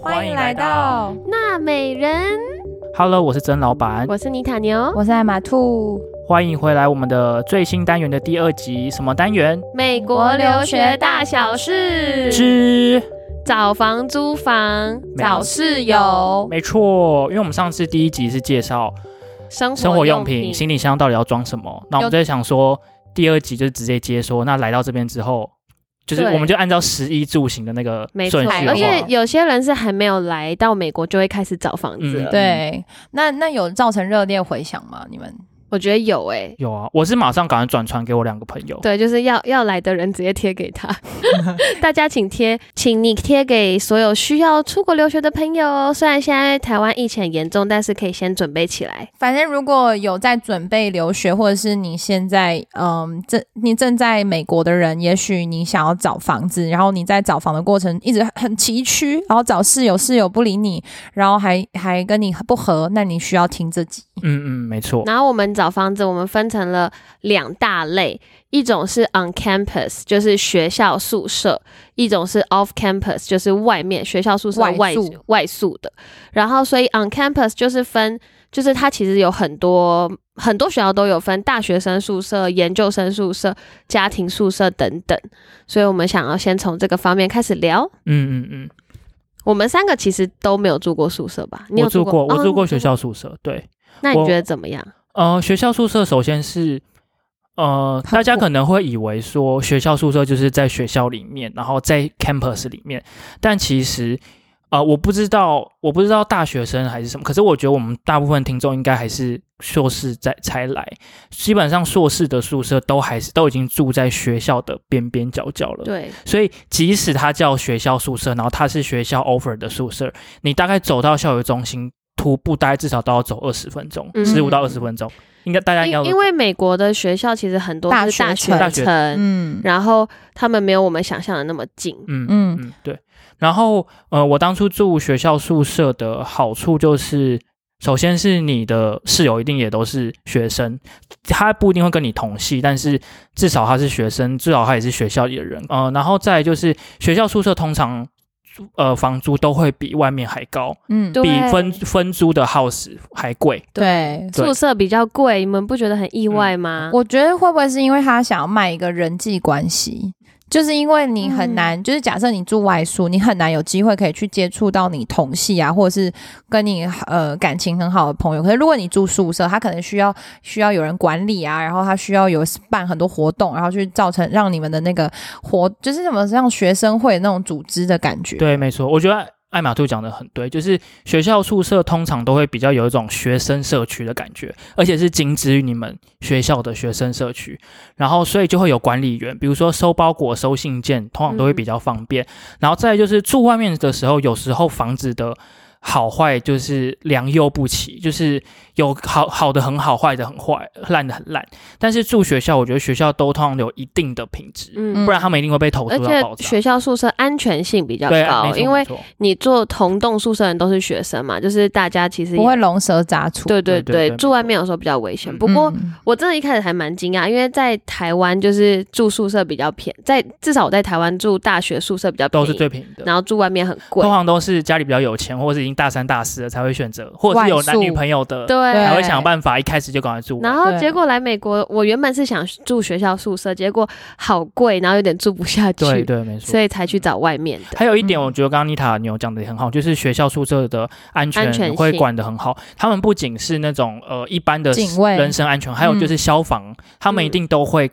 欢迎来到娜美人， Hello，我是曾老板，我是妮塔牛。我是艾玛兔，欢迎回来我们的最新单元的第二集，什么单元？美国留学大小事之，找房、租房、找室友、没错，因为我们上次第一集是介绍生生活活用用品，行李箱到底要装什么，那我们就在想说，第二集就直接接说，那来到这边之后，就是对我们就按照食衣住行的那个没错顺序有的而且话，有些人是还没有来到美国就会开始找房子了。嗯对，那那有造成热烈回响吗？你们我觉得有诶、有啊，我是马上赶快转传给我两个朋友，对，就是要要来的人直接贴 给他。大家请贴，请你贴给所有需要出国留学的朋友哦。虽然现在台湾疫情很严重，但是可以先准备起来。反正如果有在准备留学，或者是你现在嗯正你正在美国的人，也许你想要找房子，然后你在找房的过程一直很崎岖，然后找室友，室友不理你，然后还还跟你不合，那你需要听这集。嗯嗯，没错，然后我们找房子，我们分成了两大类，一种是 on campus，就是学校宿舍；一种是 off campus，就是外面学校宿舍外外宿外宿的。然后，所以 on campus 就是分，就是它其实有很多很多学校都有分大学生宿舍、研究生宿舍、家庭宿舍等等。所以我们想要先从这个方面开始聊。嗯嗯嗯，我们三个其实都没有住过宿舍吧？你有我住过？过，我哦住过学。校宿舍，对，那你我觉得怎么样？呃，学校宿舍首先是，呃，很大家火可能会以为说学校宿舍就是在学校里面，然后在 campus 里面，但其实，呃，我不知道，我不知道大学生还是什么，可是我觉得我们大部分听众应该还是硕士在才来，基本上硕士的宿舍都还是都已经住在学校的边边角角了，对，所以即使它叫学校宿舍，然后它是学校 offer 的宿舍，你大概走到校友中心徒步，大概至少都要走二十分钟，嗯十五到二十分钟，应该大家应该因都因为美国的学校其实很多大是大学城大学城，嗯然后他们没有我们想象的那么近。嗯嗯嗯嗯对。然后呃，我当初住学校宿舍的好处就是。首先是你的室友一定也都是学生，他不一定会跟你同系，但是至少他是学生，至少他也是学校里的人。呃，然后再来就是学校宿舍通常呃房租都会比外面还高，嗯，对比分分租的 house 还贵。对，对宿舍比较贵，你们不觉得很意外啊吗？我觉得会不会是因为他想要卖一个人际关系？就是因为你很嗯难，就是假设你住外宿，你很难有机会可以去接触到你同系啊，或者是跟你呃感情很好的朋友。可是如果你住宿舍，他可能需要需要有人管理啊，然后他需要有办很多活动，然后去造成让你们的那个活，就是什么像学生会那种组织的感觉。对，没错，我觉得艾玛兔讲的很对，就是学校宿舍通常都会比较有一种学生社区的感觉，而且是仅止于你们学校的学生社区。然后，所以就会有管理员，比如说收包裹、收信件，通常都会比较方便。然后再来就是住外面的时候，有时候房子的。好坏就是良莠不齐，就是有好好的很好，坏的很坏，烂的很烂。但是住学校，我觉得学校都通常有一定的品质，嗯不然他们一定会被投而诉到爆且炸。学校宿舍安全性比较对啊，没高，错因为没错你做同栋宿舍的人都是学生嘛，就是大家其实也不会龙蛇杂处。对对对对对，对住外面有时候比较危嗯险。不过嗯我真的一开始还蛮惊讶，因为在台湾就是住宿舍比较便，在至少我在台湾住大学宿舍比较便都宜，是最便宜的，然后住外面很贵通。常都是家里比较有钱，或者是已经大三大四了才会选择，或者是有男女朋友的对，才会想办法一开始就赶快住完。然后对结果来美国，我原本是想住学校宿舍，结果好贵，然后有点住不下去，对对，没错所。以才去找外面的。还有一点，嗯我觉得刚刚妮塔牛讲的也很好，就是学校宿舍的安安全全性会管得很好。他们不仅是那种呃一般的警卫人身安全，还有嗯就是消防，他们一定都会，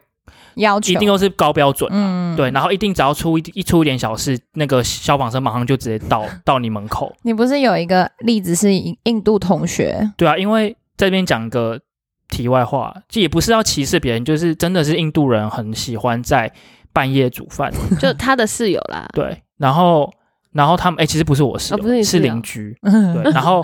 要求一定都是高标准啊。嗯对，然后一定只要出一一出一点小事，那个消防车马上就直接 到到你门口。你不是有一个例子是印印度同学，对啊，因为这边讲个题外话，这也不是要歧视别人，就是真的是印度人很喜欢在半夜煮饭，就他的室友啦，对，然后然后他们哎、其实不是我室友，哦不是你室友邻居， 对，然后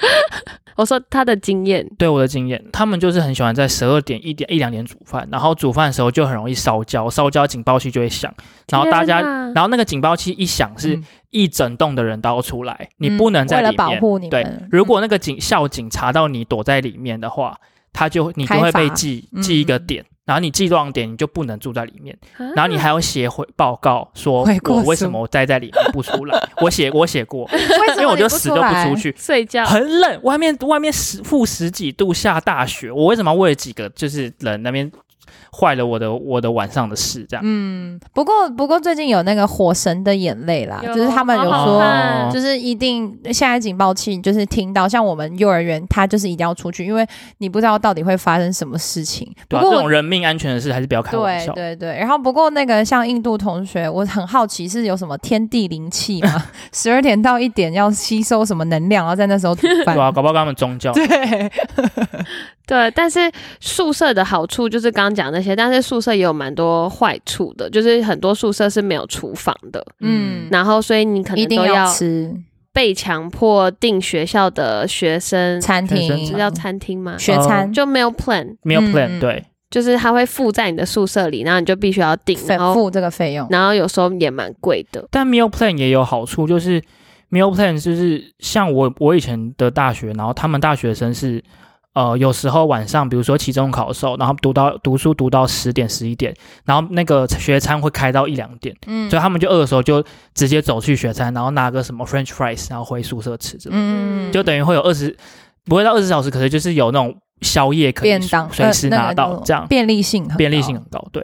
我说他的经验，对我的经验，他们就是很喜欢在十二点一点一两点煮饭，然后煮饭的时候就很容易烧焦，烧焦警报器就会响，然后大家，天哪然后那个警报器一响是嗯一整栋的人都要出来，你嗯不能在为里了面，保护你对们，，如果那个警校警查到你躲在里面的话，他就你就会被开罚记嗯记一个点，然后你记多少点，你就不能住在里面。嗯啊然后你还要写回报告， 说悔过我为书什么我待在里面不出来？我写我写 过，为什因为么我你就不死都不来出。 去。睡觉，很冷，外面外面十负十几度下大雪，我为什么要为了几个就是人那边坏了我的我的晚上的事这样？嗯，不过不过最近有那个《火神的眼泪》啦，有就是他们有好好说，看哦就是一定现在警报器就是听到，像我们幼儿园，他就是一定要出去，因为你不知道到底会发生什么事情。不对啊，过这我种人命安全的事还是不要开玩对笑。对对，然后不过那个像印度同学，我很好奇是有什么天地灵气 吗？十二点到一点要吸收什么能量，然后在那时候煮饭对？啊，啊搞不好跟他们宗教。对，对，但是宿舍的好处就是刚刚讲那些，但是宿舍也有蛮多坏处的，就是很多宿舍是没有厨房的，嗯，然后所以你可 一能定都要要吃被强迫订学校的学生，餐学生厅，这叫餐厅吗？学哦餐，就没有 plan， meal 嗯 plan，、嗯对，就是他会附在你的宿舍里，然后你就必须要订，付然后付这个费用。然后有时候也蛮贵的。但 meal plan 也有好处，就是 meal plan 就是像我我以前的大学，然后他们大学生是。呃，有时候晚上，比如说期中考的时候，然后读到读书读到十点十一点，然后那个学餐会开到一两点，嗯所以他们就饿的时候就直接走去学餐，然后拿个什么 French fries，然后回宿舍吃之类的，嗯就等于会有二十不会到二十小时，可是就是有那种宵夜可以便当随时呃那拿个到，这样便利性很高便利性很高，对。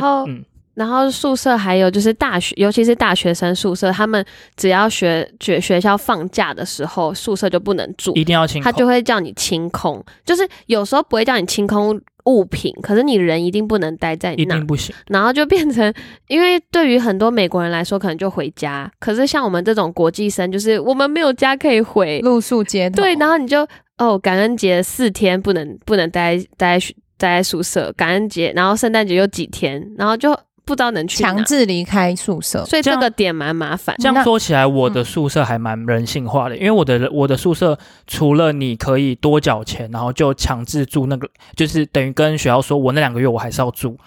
但后，嗯，然后宿舍还有就是大学，尤其是大学生宿舍，他们只要学学学校放假的时候，宿舍就不能住，一定要清他空。就会叫你清空，就是有时候不会叫你清空物品，可是你人一定不能待在一那定，不行，然后就变成，因为对于很多美国人来说，可能就回家，可是像我们这种国际生，就是我们没有家可以回，露宿街头。对，然后你就哦，感恩节四天不能不能待待待在宿舍，感恩节，然后圣诞节又几天，然后就不知道能去哪强，制离开宿舍。所以这这样个点蛮麻烦。这样那嗯说起来，我的宿舍还蛮人性化的，因为我的我的宿舍除了你可以多缴钱，然后就强制住那个，就是等于跟学校说我那两个月我还是要住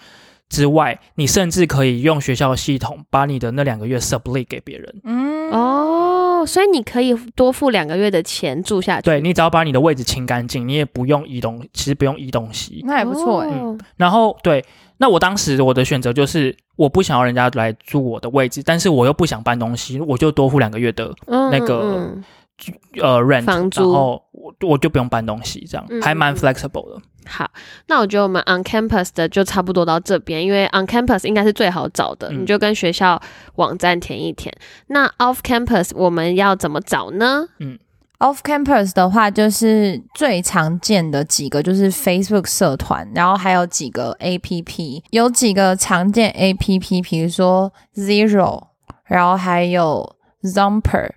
之外，你甚至可以用学校的系统把你的那两个月 sublet 给别人。嗯，哦，所以你可以多付两个月的钱住下去，对你只要把你的位置清干净，你也不用移东，其实不用移东西。那还不错哎、哦然后对，那我当时我的选择就是我不想要人家来住我的位置，但是我又不想搬东西，我就多付两个月的嗯那个嗯嗯呃 rent，房租然后我我就不用搬东西，这样、嗯还蛮嗯 flexible 的。好，那我觉得我们 on campus 的就差不多到这边，因为 on campus 应该是最好找的，嗯你就跟学校网站填一填。那 off campus 我们要怎么找呢？ Off campus 的话，就是最常见的几个就是 Facebook 社团，然后还有几个 APP，有几个常见 APP，比如说 Zero，然后还有 Zumper，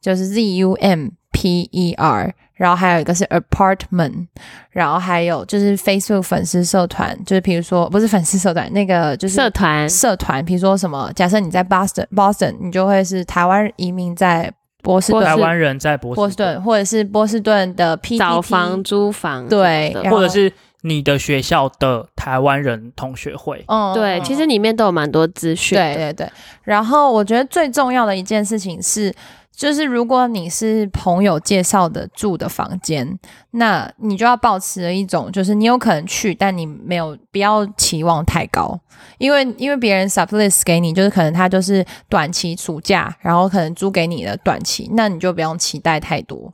就是 Z U M P E R，然后还有一个是 Apartment，然后还有就是 Facebook 粉丝社团，就是比如说不是粉丝社团，那个就是社团社团，比如说什么，假设你在 Boston Boston，你就会是台湾移民在波士波士顿台。湾人在波波士顿，或者是波士顿的 PTT 找房、租房，对的然后或者是你的学校的台湾人同学会，嗯对，其实里面都有蛮多资讯对的。对对。然后我觉得最重要的一件事情是，就是如果你是朋友介绍的住的房间，那你就要保持着一种，就是你有可能去，但你没有不要期望太高，因为因为别人 sublist 给你，就是可能他就是短期暑假，然后可能租给你的短期，那你就不用期待太多。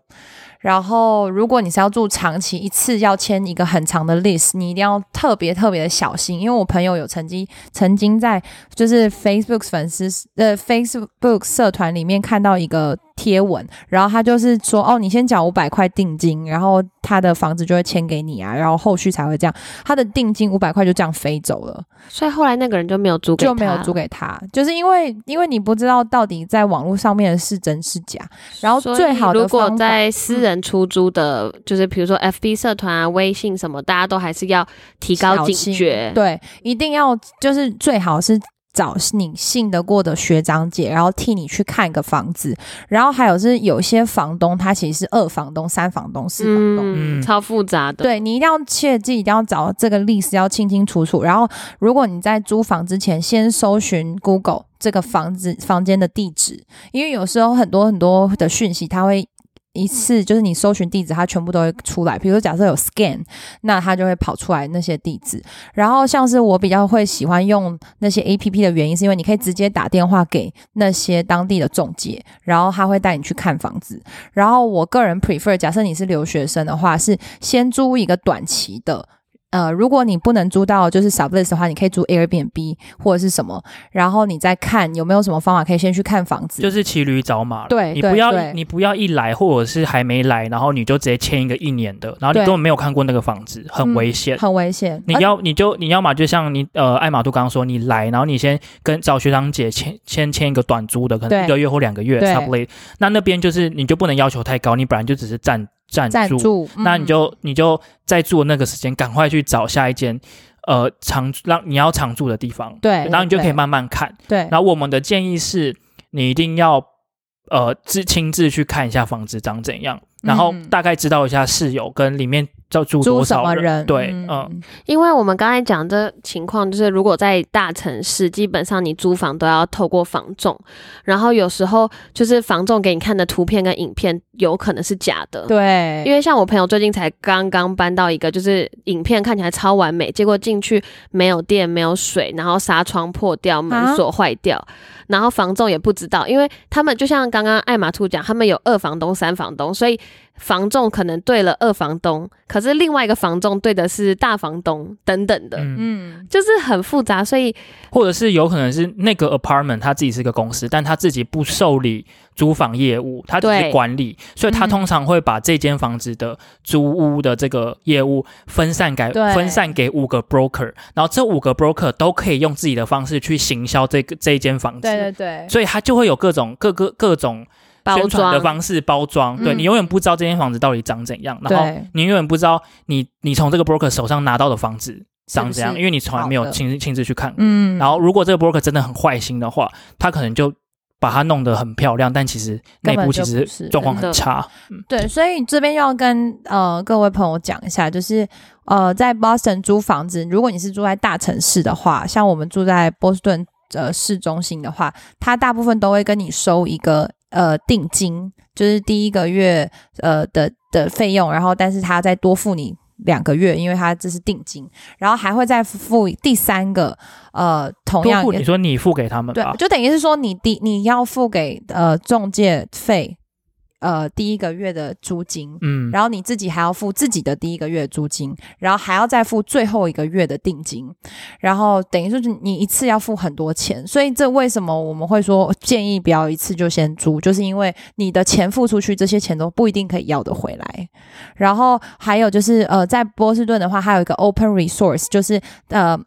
然后，如果你是要住长期，一次要签一个很长的 list，你一定要特别特别的小心，因为我朋友有曾经曾经在就是 Facebook 粉丝呃 Facebook 社团里面看到一个贴文，然后他就是说哦，你先缴五百块定金，然后他的房子就会签给你啊，然后后续才会这样，他的定金五百块就这样飞走了。所以后来那个人就没有租给就没有他租，给他，就是因为因为你不知道到底在网络上面的是真是假，然后所以最好的如果方法嗯在私人出租的，就是比如说 FB 社团啊、微信什么，大家都还是要提高小警心觉。对，一定要就是最好是找你信得过的学长姐，然后替你去看个房子，然后还有是有些房东他其实是二房东、三房东、四房东。嗯，嗯超复杂的。对你一定要切记，一定要找这个历史要清清楚楚。然后，如果你在租房之前，先搜寻 Google 这个房子房间的地址，因为有时候很多很多的讯息，它会一次就是你搜寻地址，它全部都会出来。比如说假设有 scan，那它就会跑出来那些地址。然后像是我比较会喜欢用那些 A P P 的原因，是因为你可以直接打电话给那些当地的中介，然后他会带你去看房子。然后我个人 prefer，假设你是留学生的话，是先租一个短期的。呃，如果你不能租到就是 sublet 的话，你可以租 Airbnb 或者是什么，然后你再看有没有什么方法可以先去看房子。就是骑驴找马了。对你对不要对你不要一来或者是还没来，然后你就直接签一个一年的，然后你对嗯根本没有看过那个房子，很危险。很危险。你要你就你要嘛，就像你呃艾玛都刚刚说，你来，然后你先跟找学长姐签先签一个短租的，可能对一个月或两个月对 sublet。那那边就是你就不能要求太高，你本来就只是暂暂赞住，助，那你嗯就你就在住的那个时间赶快去找下一间呃常让你要常住的地方，对然后你就可以对慢慢看。对然后我们的建议是，你一定要呃自亲自去看一下房子长怎样，然后嗯大概知道一下室友跟里面要住租多什少么人？对，嗯、因为我们刚才讲的情况，就是如果在大城市，基本上你租房都要透过房仲，然后有时候就是房仲给你看的图片跟影片有可能是假的。对，因为像我朋友最近才刚刚搬到一个，就是影片看起来超完美，结果进去没有电、没有水，然后纱窗破掉、门啊锁坏掉，然后房仲也不知道，因为他们就像刚刚艾玛兔讲，他们有二房东、三房东，所以房仲可能对了二房东，可是另外一个房仲对的是大房东等等的，嗯，嗯，就是很复杂，所以或者是有可能是那个 apartment 他自己是个公司，但他自己不受理租房业务，他只是对管理，所以他嗯通常会把这间房子的租屋的这个业务分散给对分散给五个 broker，然后这五个 broker 都可以用自己的方式去行销这个这一间房子，对对对，所以他就会有各种各个各种包宣传的装方式包装，对嗯你永远不知道这间房子到底长怎样，然后对你永远不知道你你从这个 broker 手上拿到的房子长是怎样，因为你从来没有好的亲自亲自去看过。嗯，然后如果这个 broker 真的很坏心的话，他可能就把它弄得很漂亮，但其实内根本部就其实不是嗯状况真很的差。对，所以这边要跟呃各位朋友讲一下，就是呃在 Boston 租房子，如果你是住在大城市的话，像我们住在波士顿呃市中心的话，它大部分都会跟你收一个呃定金，就是第一个月呃的的费用，然后但是它再多付你。两个月，因为它这是定金，然后还会再付第三个，呃，同多样付也你说你付给他们对吧，，就等于是说你第你要付给呃中介费，呃第一个月的租金，嗯，然后你自己还要付自己的第一个月租金，然后还要再付最后一个月的定金，然后等于说是你一次要付很多钱，所以这为什么我们会说建议不要一次就先租，就是因为你的钱付出去，这些钱都不一定可以要得回来。然后还有就是呃，在波士顿的话，还有一个 open resource，就是呃。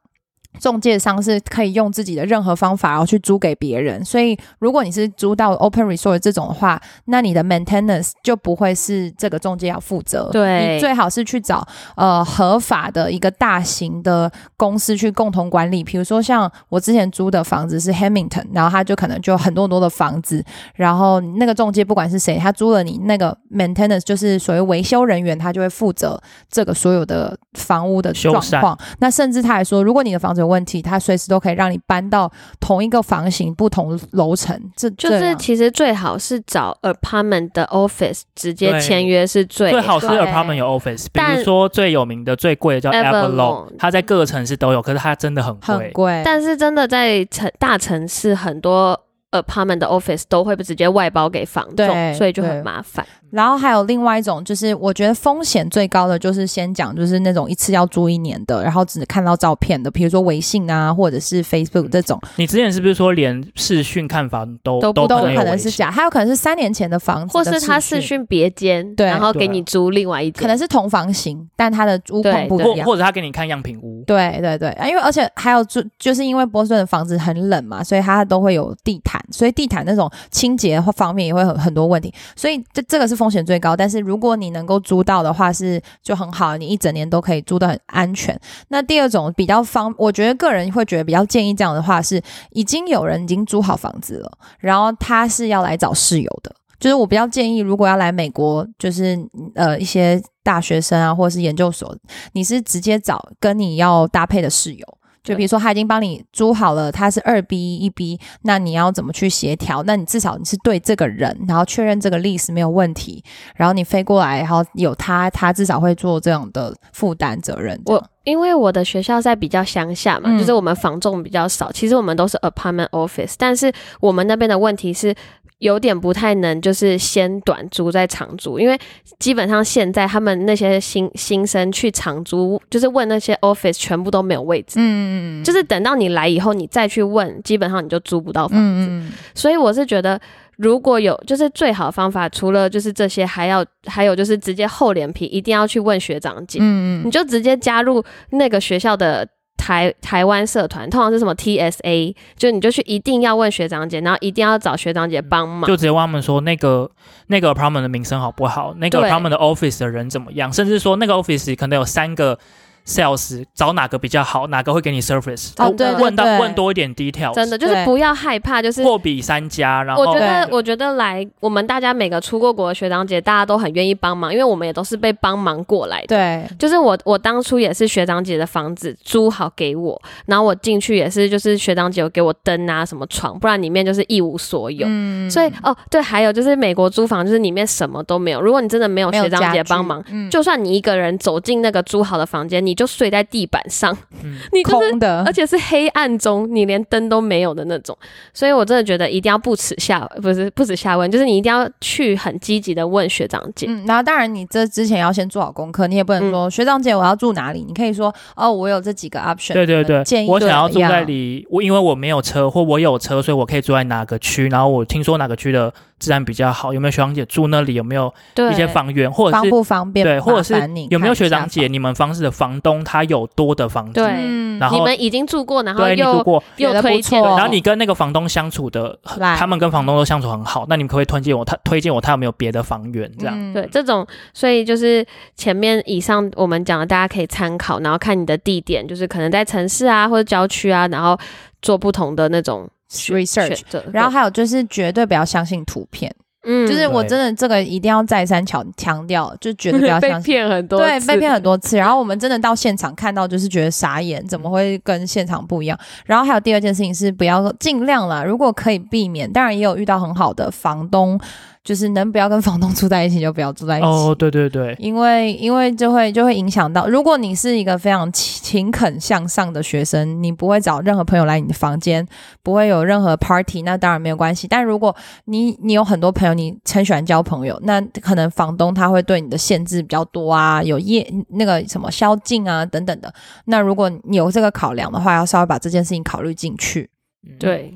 中介商是可以用自己的任何方法，然后去租给别人。所以，如果你是租到 open resource 这种的话，那你的 maintenance 就不会是这个中介要负责。对你最好是去找呃合法的一个大型的公司去共同管理。比如说像我之前租的房子是 Hamilton，然后他就可能就很多很多的房子，然后那个中介不管是谁，他租了你那个 maintenance，就是所谓维修人员，他就会负责这个所有的房屋的修状缮况。那甚至他还说，如果你的房子有问题，他随时都可以让你搬到同一个房型不同楼层。这就这是样其实最好是找 apartment 的 office 直接对签约是最最好是对 apartment 有 office，比但如说最有名的、最贵的叫 Avalon， Avalon 它在各个城市都有，可是它真的很很贵。贵，但是真的在城大城市，很多 apartment 的 office 都会直接外包给房对仲，所以就对很麻烦。然后还有另外一种，就是我觉得风险最高的，就是先讲，就是那种一次要租一年的，然后只看到照片的，比如说微信啊，或者是 Facebook 这种，你之前是不是说连视讯看房都都都都能有可危能是险假，还有可能是三年前的房子或的是他视讯，讯别间，对然后给你租另外一间，可能是同房型，但它的屋况不对或一样。或者他给你看样品屋，对对对，啊因为而且还有就就是因为波士顿的房子很冷嘛，所以它都会有地毯，所以地毯那种清洁方面也会很很多问题，所以这这个是风险最高。但是如果你能够租到的话是，就很好，你一整年都可以租得很安全。那第二种比较方，我觉得个人会觉得比较建议这样的话是，已经有人已经租好房子了，然后他是要来找室友的。就是我比较建议，如果要来美国，就是呃一些大学生啊，或者是研究所你是直接找跟你要搭配的室友，就比如说他已经帮你租好了，他是二 B 一 B，那你要怎么去协调？那你至少你是对这个人，然后确认这个 list 没有问题，然后你飞过来，然后有他，他至少会做这样的负担责任。这样我因为我的学校在比较乡下嘛，嗯就是我们房仲比较少，其实我们都是 apartment office，但是我们那边的问题是。有点不太能，就是先短租再长租，因为基本上现在他们那些新新生去长租，就是问那些 office 全部都没有位置，嗯嗯嗯就是等到你来以后你再去问，基本上你就租不到房子。嗯嗯所以我是觉得，如果有就是最好的方法，除了就是这些，还要还有就是直接厚脸皮，一定要去问学长姐，嗯你就直接加入那个学校的。台台湾社团通常是什么 TSA，就你就去一定要问学长姐，然后一定要找学长姐帮忙。就直接问他们说那个那个 apartment 的名声好不好，那个对 apartment 的 office 的人怎么样，甚至说那个 office 可能有三个 sales，找哪个比较好，哪个会给你 service，哦都对对问到对问多一点 detail，真的就是对不要害怕，就是货比三家，然后我觉得对我觉得来我们大家每个出过国的学长姐，大家都很愿意帮忙，因为我们也都是被帮忙过来的。对，就是我，我当初也是学长姐的房子租好给我，然后我进去也是，就是学长姐有给我灯啊什么床，不然里面就是一无所有。嗯所以哦，对，还有就是美国租房，就是里面什么都没有。如果你真的没有没有学长家姐具帮忙，，嗯就算你一个人走进那个租好的房间，你就睡在地板上，嗯 你就是空的而，且是黑暗中，你连灯都没有的那种。所以我真的觉得一定要不耻下，不是不耻下问，就是你一定要去很积极的问学长姐。嗯，然后当然你这之前要先做好功课，你也不嗯能说、学长姐我要住哪里，你可以说哦，我有这几个 option，对对你对们建，议我想要怎住么样在里，我因为我没有车，或我有车，所以我可以住在哪个区。然后我听说哪个区的治安比较好，有没有学长姐住那里？有没有对，一些房源，或者方是不方便，对，或者麻是烦你有没有看学一下长姐？房？你们房子的房东他有多的房子，对嗯然你后们已经住过，然后对你又住过，又觉得不推荐，错哦然后你跟那个房东相处的，来他们跟房东都相处很好，那你们可不可以推荐我他推荐我他有没有别的房源这样？嗯对这种，所以就是前面以上我们讲的，大家可以参考，然后看你的地点，就是可能在城市啊或者郊区啊，然后做不同的那种选 research 选。择。然后还有就是，绝对不要相信图片，嗯就是我对真的这个一定要再三强强调，就绝对不要被相信。骗很多，对，被骗。很多次，然后我们真的到现场看到，就是觉得傻眼，怎么会跟现场不一样？然后还有第二件事情是，不要尽量啦，如果可以避免，当然也有遇到很好的房东，就是能不要跟房东住在一起就不要住在一起。哦，对对对，因为因为就会就会影响到，如果你是一个非常勤勤恳向上的学生，你不会找任何朋友来你的房间，不会有任何 party，那当然没有关系。但如果你你有很多朋友，你很喜欢交朋友，那可能房东他会对你的限制比较多啊，有业那个什么宵禁啊等等的。那如果你有这个考量的话，要稍微把这件事情考虑进去。嗯，对，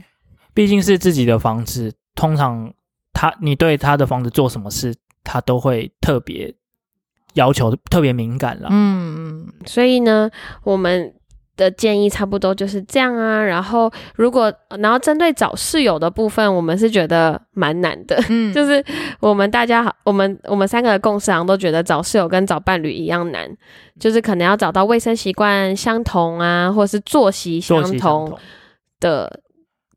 毕竟是自己的房子，通常他你对他的房子做什么事，他都会特别要求，特别敏感啦。嗯，嗯所以呢，我们的建议差不多就是这样啊。然后如果然后针对找室友的部分，我们是觉得蛮难的，嗯就是我们大家好，我们我们三个的共识好像都觉得找室友跟找伴侣一样嗯难，就是可能要找到卫生习惯相同啊，或是作息作相息相同同，嗯的，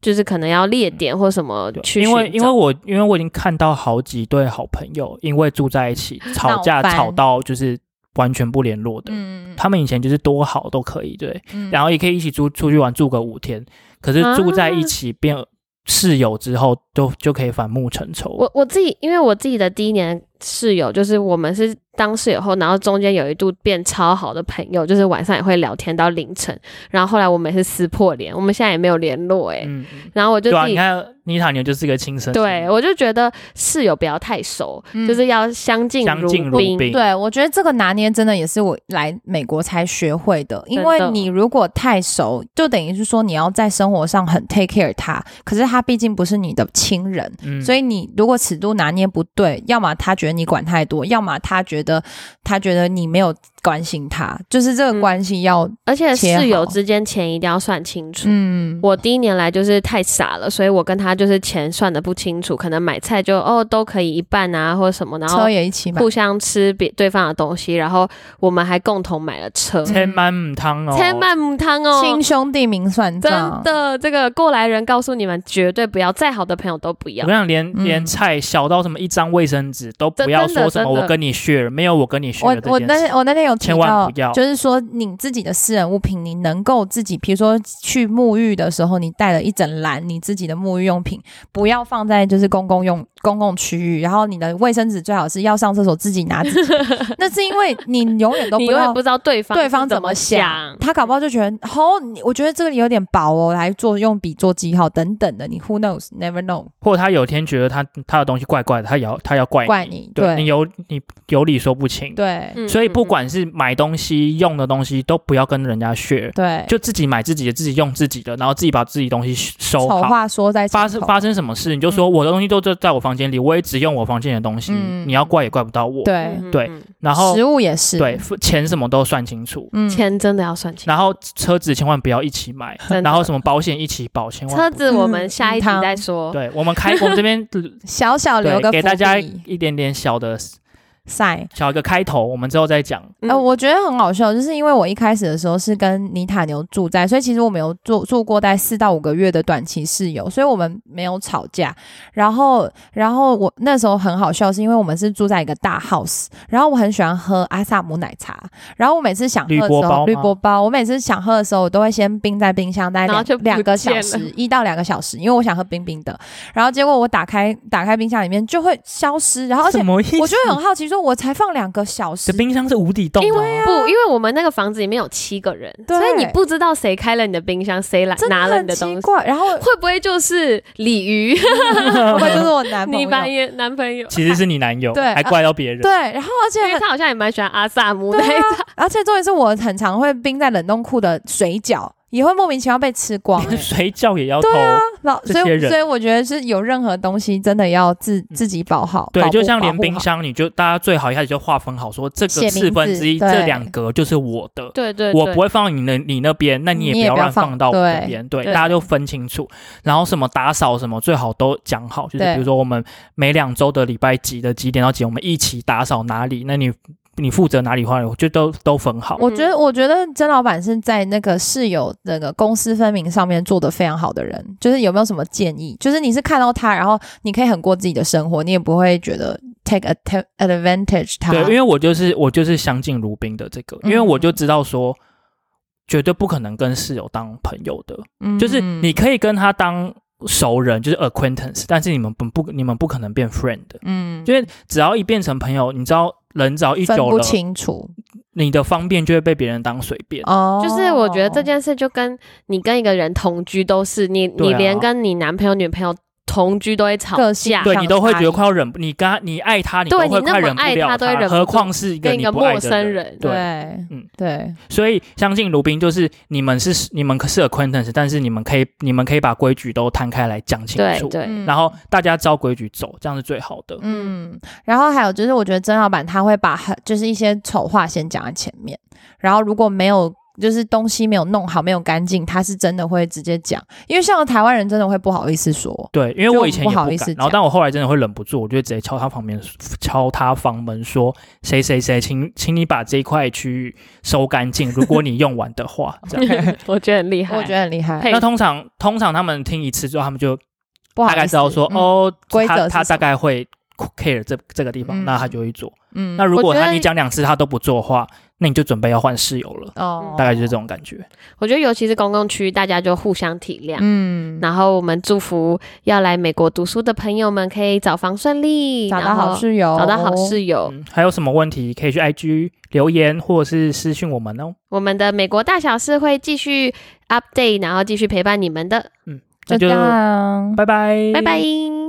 就是可能要列点或什么对去因为寻因为找我因为我已经看到好几对好朋友，因为住在一起吵架闹翻吵到就是完全不联络的。嗯他们以前就是多好都可以，对，嗯然后也可以一起住出去玩住个五天，可是住在一起变室友之后，都就可以反目成仇。我我自己，因为我自己的第一年室友，就是我们是当室友后，然后中间有一度变超好的朋友，就是晚上也会聊天到凌晨。然后后来我们也是撕破脸，我们现在也没有联络哎、嗯，嗯然后我就对自啊，己你看妮塔牛就是个亲生，对，我就觉得室友不要太熟，嗯就是要相敬相敬如宾。宾，对，我觉得这个拿捏真的也是我来美国才学会的，因真为的你如果太熟，就等于是说你要在生活上很 take care 他，可是他毕竟不是你的亲人，嗯所以你如果尺度拿捏不对，要么他觉得你管太多，要么他觉得他觉得你没有关心他，就是这个嗯关系要而且切室友好之间钱一定要算清楚。嗯，我第一年来就是太傻了，所以我跟他就是钱算的不清楚，可能买菜就哦都可以一半啊，或者什么，然后车也一起买，互相吃别对方的东西，然后我们还共同买了车，千满母汤哦，嗯千万母汤哦，亲兄弟明算真账，的，这个过来人告诉你们，绝对不要，再好的朋友都不我要跟你。讲，连嗯连菜小到什么一张卫生纸都不真要真的说什么真的我跟你 share，没有我跟你 share 我这我件那事我那天有有提千万到不要，就是说你自己的私人物品，你能够自己，比如说去沐浴的时候，你带了一整篮你自己的沐浴用品，不要放在就是公共用公共区域，然后你的卫生纸最好是要上厕所自己拿自己的，那是因为你 永 远都不你永远要不。知道对方对方是怎怎么么想？他搞不好就觉得，哦，你我觉得这个有点薄哦，来做用笔做记号等等的，你 who knows never know 或者他有一天觉得他他的东西怪怪的，他也要他要怪你，怪你，对你对有你有理说不清。对嗯所以嗯不嗯管是买东西、用的东西，都不要跟人家学，对，就自己买自己的，自己用自己的，然后自己把自己东西收丑好。话说在发前生头发生什么事，你就说我的东西都在在我房间里，我也只用我房间的东西，嗯你要怪也怪不到我。对，嗯嗯对嗯然后食物也是对钱什么都算清楚，嗯钱真的要算清。然后车子千万不要一起买，真的然后什么保险一起保，千万车不子我们下一集嗯再说。对我们开我们这 边小小哦留对个给伏大家笔一点点小的晒。小一个开头，我们之后再讲。嗯呃，我觉得很好笑，就是因为我一开始的时候是跟尼塔牛住在，所以其实我们有住住过大概四到五个月的短期室友，所以我们没有吵架。然后，然后我那时候很好笑，是因为我们是住在一个大 house，然后我很喜欢喝阿萨姆奶茶，然后我每次想喝的铝箔时包吗候，绿波包，我每次想喝的时候，我都会先冰在冰箱，大概然后两就不两个见小了时，一到两个小时，因为我想喝冰冰的。然后结果我打开打开冰箱里面就会消失，然后而且什么意思？我就会很好奇，说我才放两个小时这，冰箱是无底洞的因哦，为啊不，因为我们那个房子里面有七个人，对所以你不知道谁开了你的冰箱，谁来真的拿了你很的奇东西，怪。然后会不会就是鲤鱼，会不会就是我男朋你友？扮演男朋友？其实是你男友，对啊还怪到别人。 对，啊然后而且因为很他好像也蛮喜欢阿萨姆那对一啊种，，而且重点是我很常会冰在冷冻库的水饺，也会莫名其妙被 吃光、欸水饺也要偷，老这所些以人嗯所以我觉得是有任何东西真的要自自己保好，对保，护就像连保护冰好箱，你就大家最好一开始就划分好，说这写个名四分之一，字这对两格就是我的。啊对对我不对，会放到你那你那边，那你也不你也要不要乱放放到我对这边。对，对大家就分清楚。然后什么打扫什么，最好都讲好。就是对比如说我们每两周的礼拜几的几点到几点，我们一起打扫哪里。那你你负责哪里的话，我就都都分好。我嗯觉得，我觉得曾老板是在那个室友那个公私分明上面做的非常好的人，就是有没有什么建议？就是你是看到他，然后你可以很过自己的生活，你也不会觉得 take a t advantage 他。对，因为我就是我就是相敬如宾的这个，因为我就嗯知道说，绝对不可能跟室友当朋友的，嗯为就是你，可以跟他当熟人，就是 acquaintance，但是你们不不你们不可能变 friend 的，嗯因为只要一变成朋友，你知道人只要一分久不了，清楚你的方便就会被别人当随便。哦。就是我觉得这件事就跟你跟一个人同居都是，你对你啊连跟你男朋友女朋友同居都会吵个性架，对上你都会差觉得异快要忍不，你刚你爱他，你都对会你那快么忍不爱了他都会忍不何住况是一个跟一你个不爱陌的生人人，对对，嗯嗯对，所以相敬如宾，就是你们是你们是 acquaintance，但是你们可以你们可以把规矩都摊开来讲清对楚。对，嗯然后大家照规矩走，这样是最好的。嗯，然后还有就是，我觉得曾老板他会把很就是一些丑话先讲在前面，然后如果没有就是东西没有弄好、没有干净，他是真的会直接讲，因为像台湾人真的会不好意思说，对，因为我以前也就不好敢意思，然后讲但我后来真的会忍不住，我就会直接敲他旁边，敲他房门说：“谁谁谁，请请你把这一块区域收干净，如果你用完的话。”这 样。 我觉得很厉害，我觉得很厉害，佩那通常通常他们听一次之后，他们就不好大意概思知道说：“嗯哦，规则他是他什大么概会 care 这这个地方，嗯那他就会做。嗯那如我果觉他得你讲两次他都不做的话，那你就准备要换室友了。哦大概就是这种感觉。我觉得尤其是公共区，大家就互相体谅。嗯，然后我们祝福要来美国读书的朋友们可以找房顺利，找到然后好室友，找到好室友。哦嗯，还有什么问题可以去 IG 留言或者是私信我们哦。我们的美国大小事会继续 update，然后继续陪伴你们的。嗯，那就就这样，拜拜，拜拜。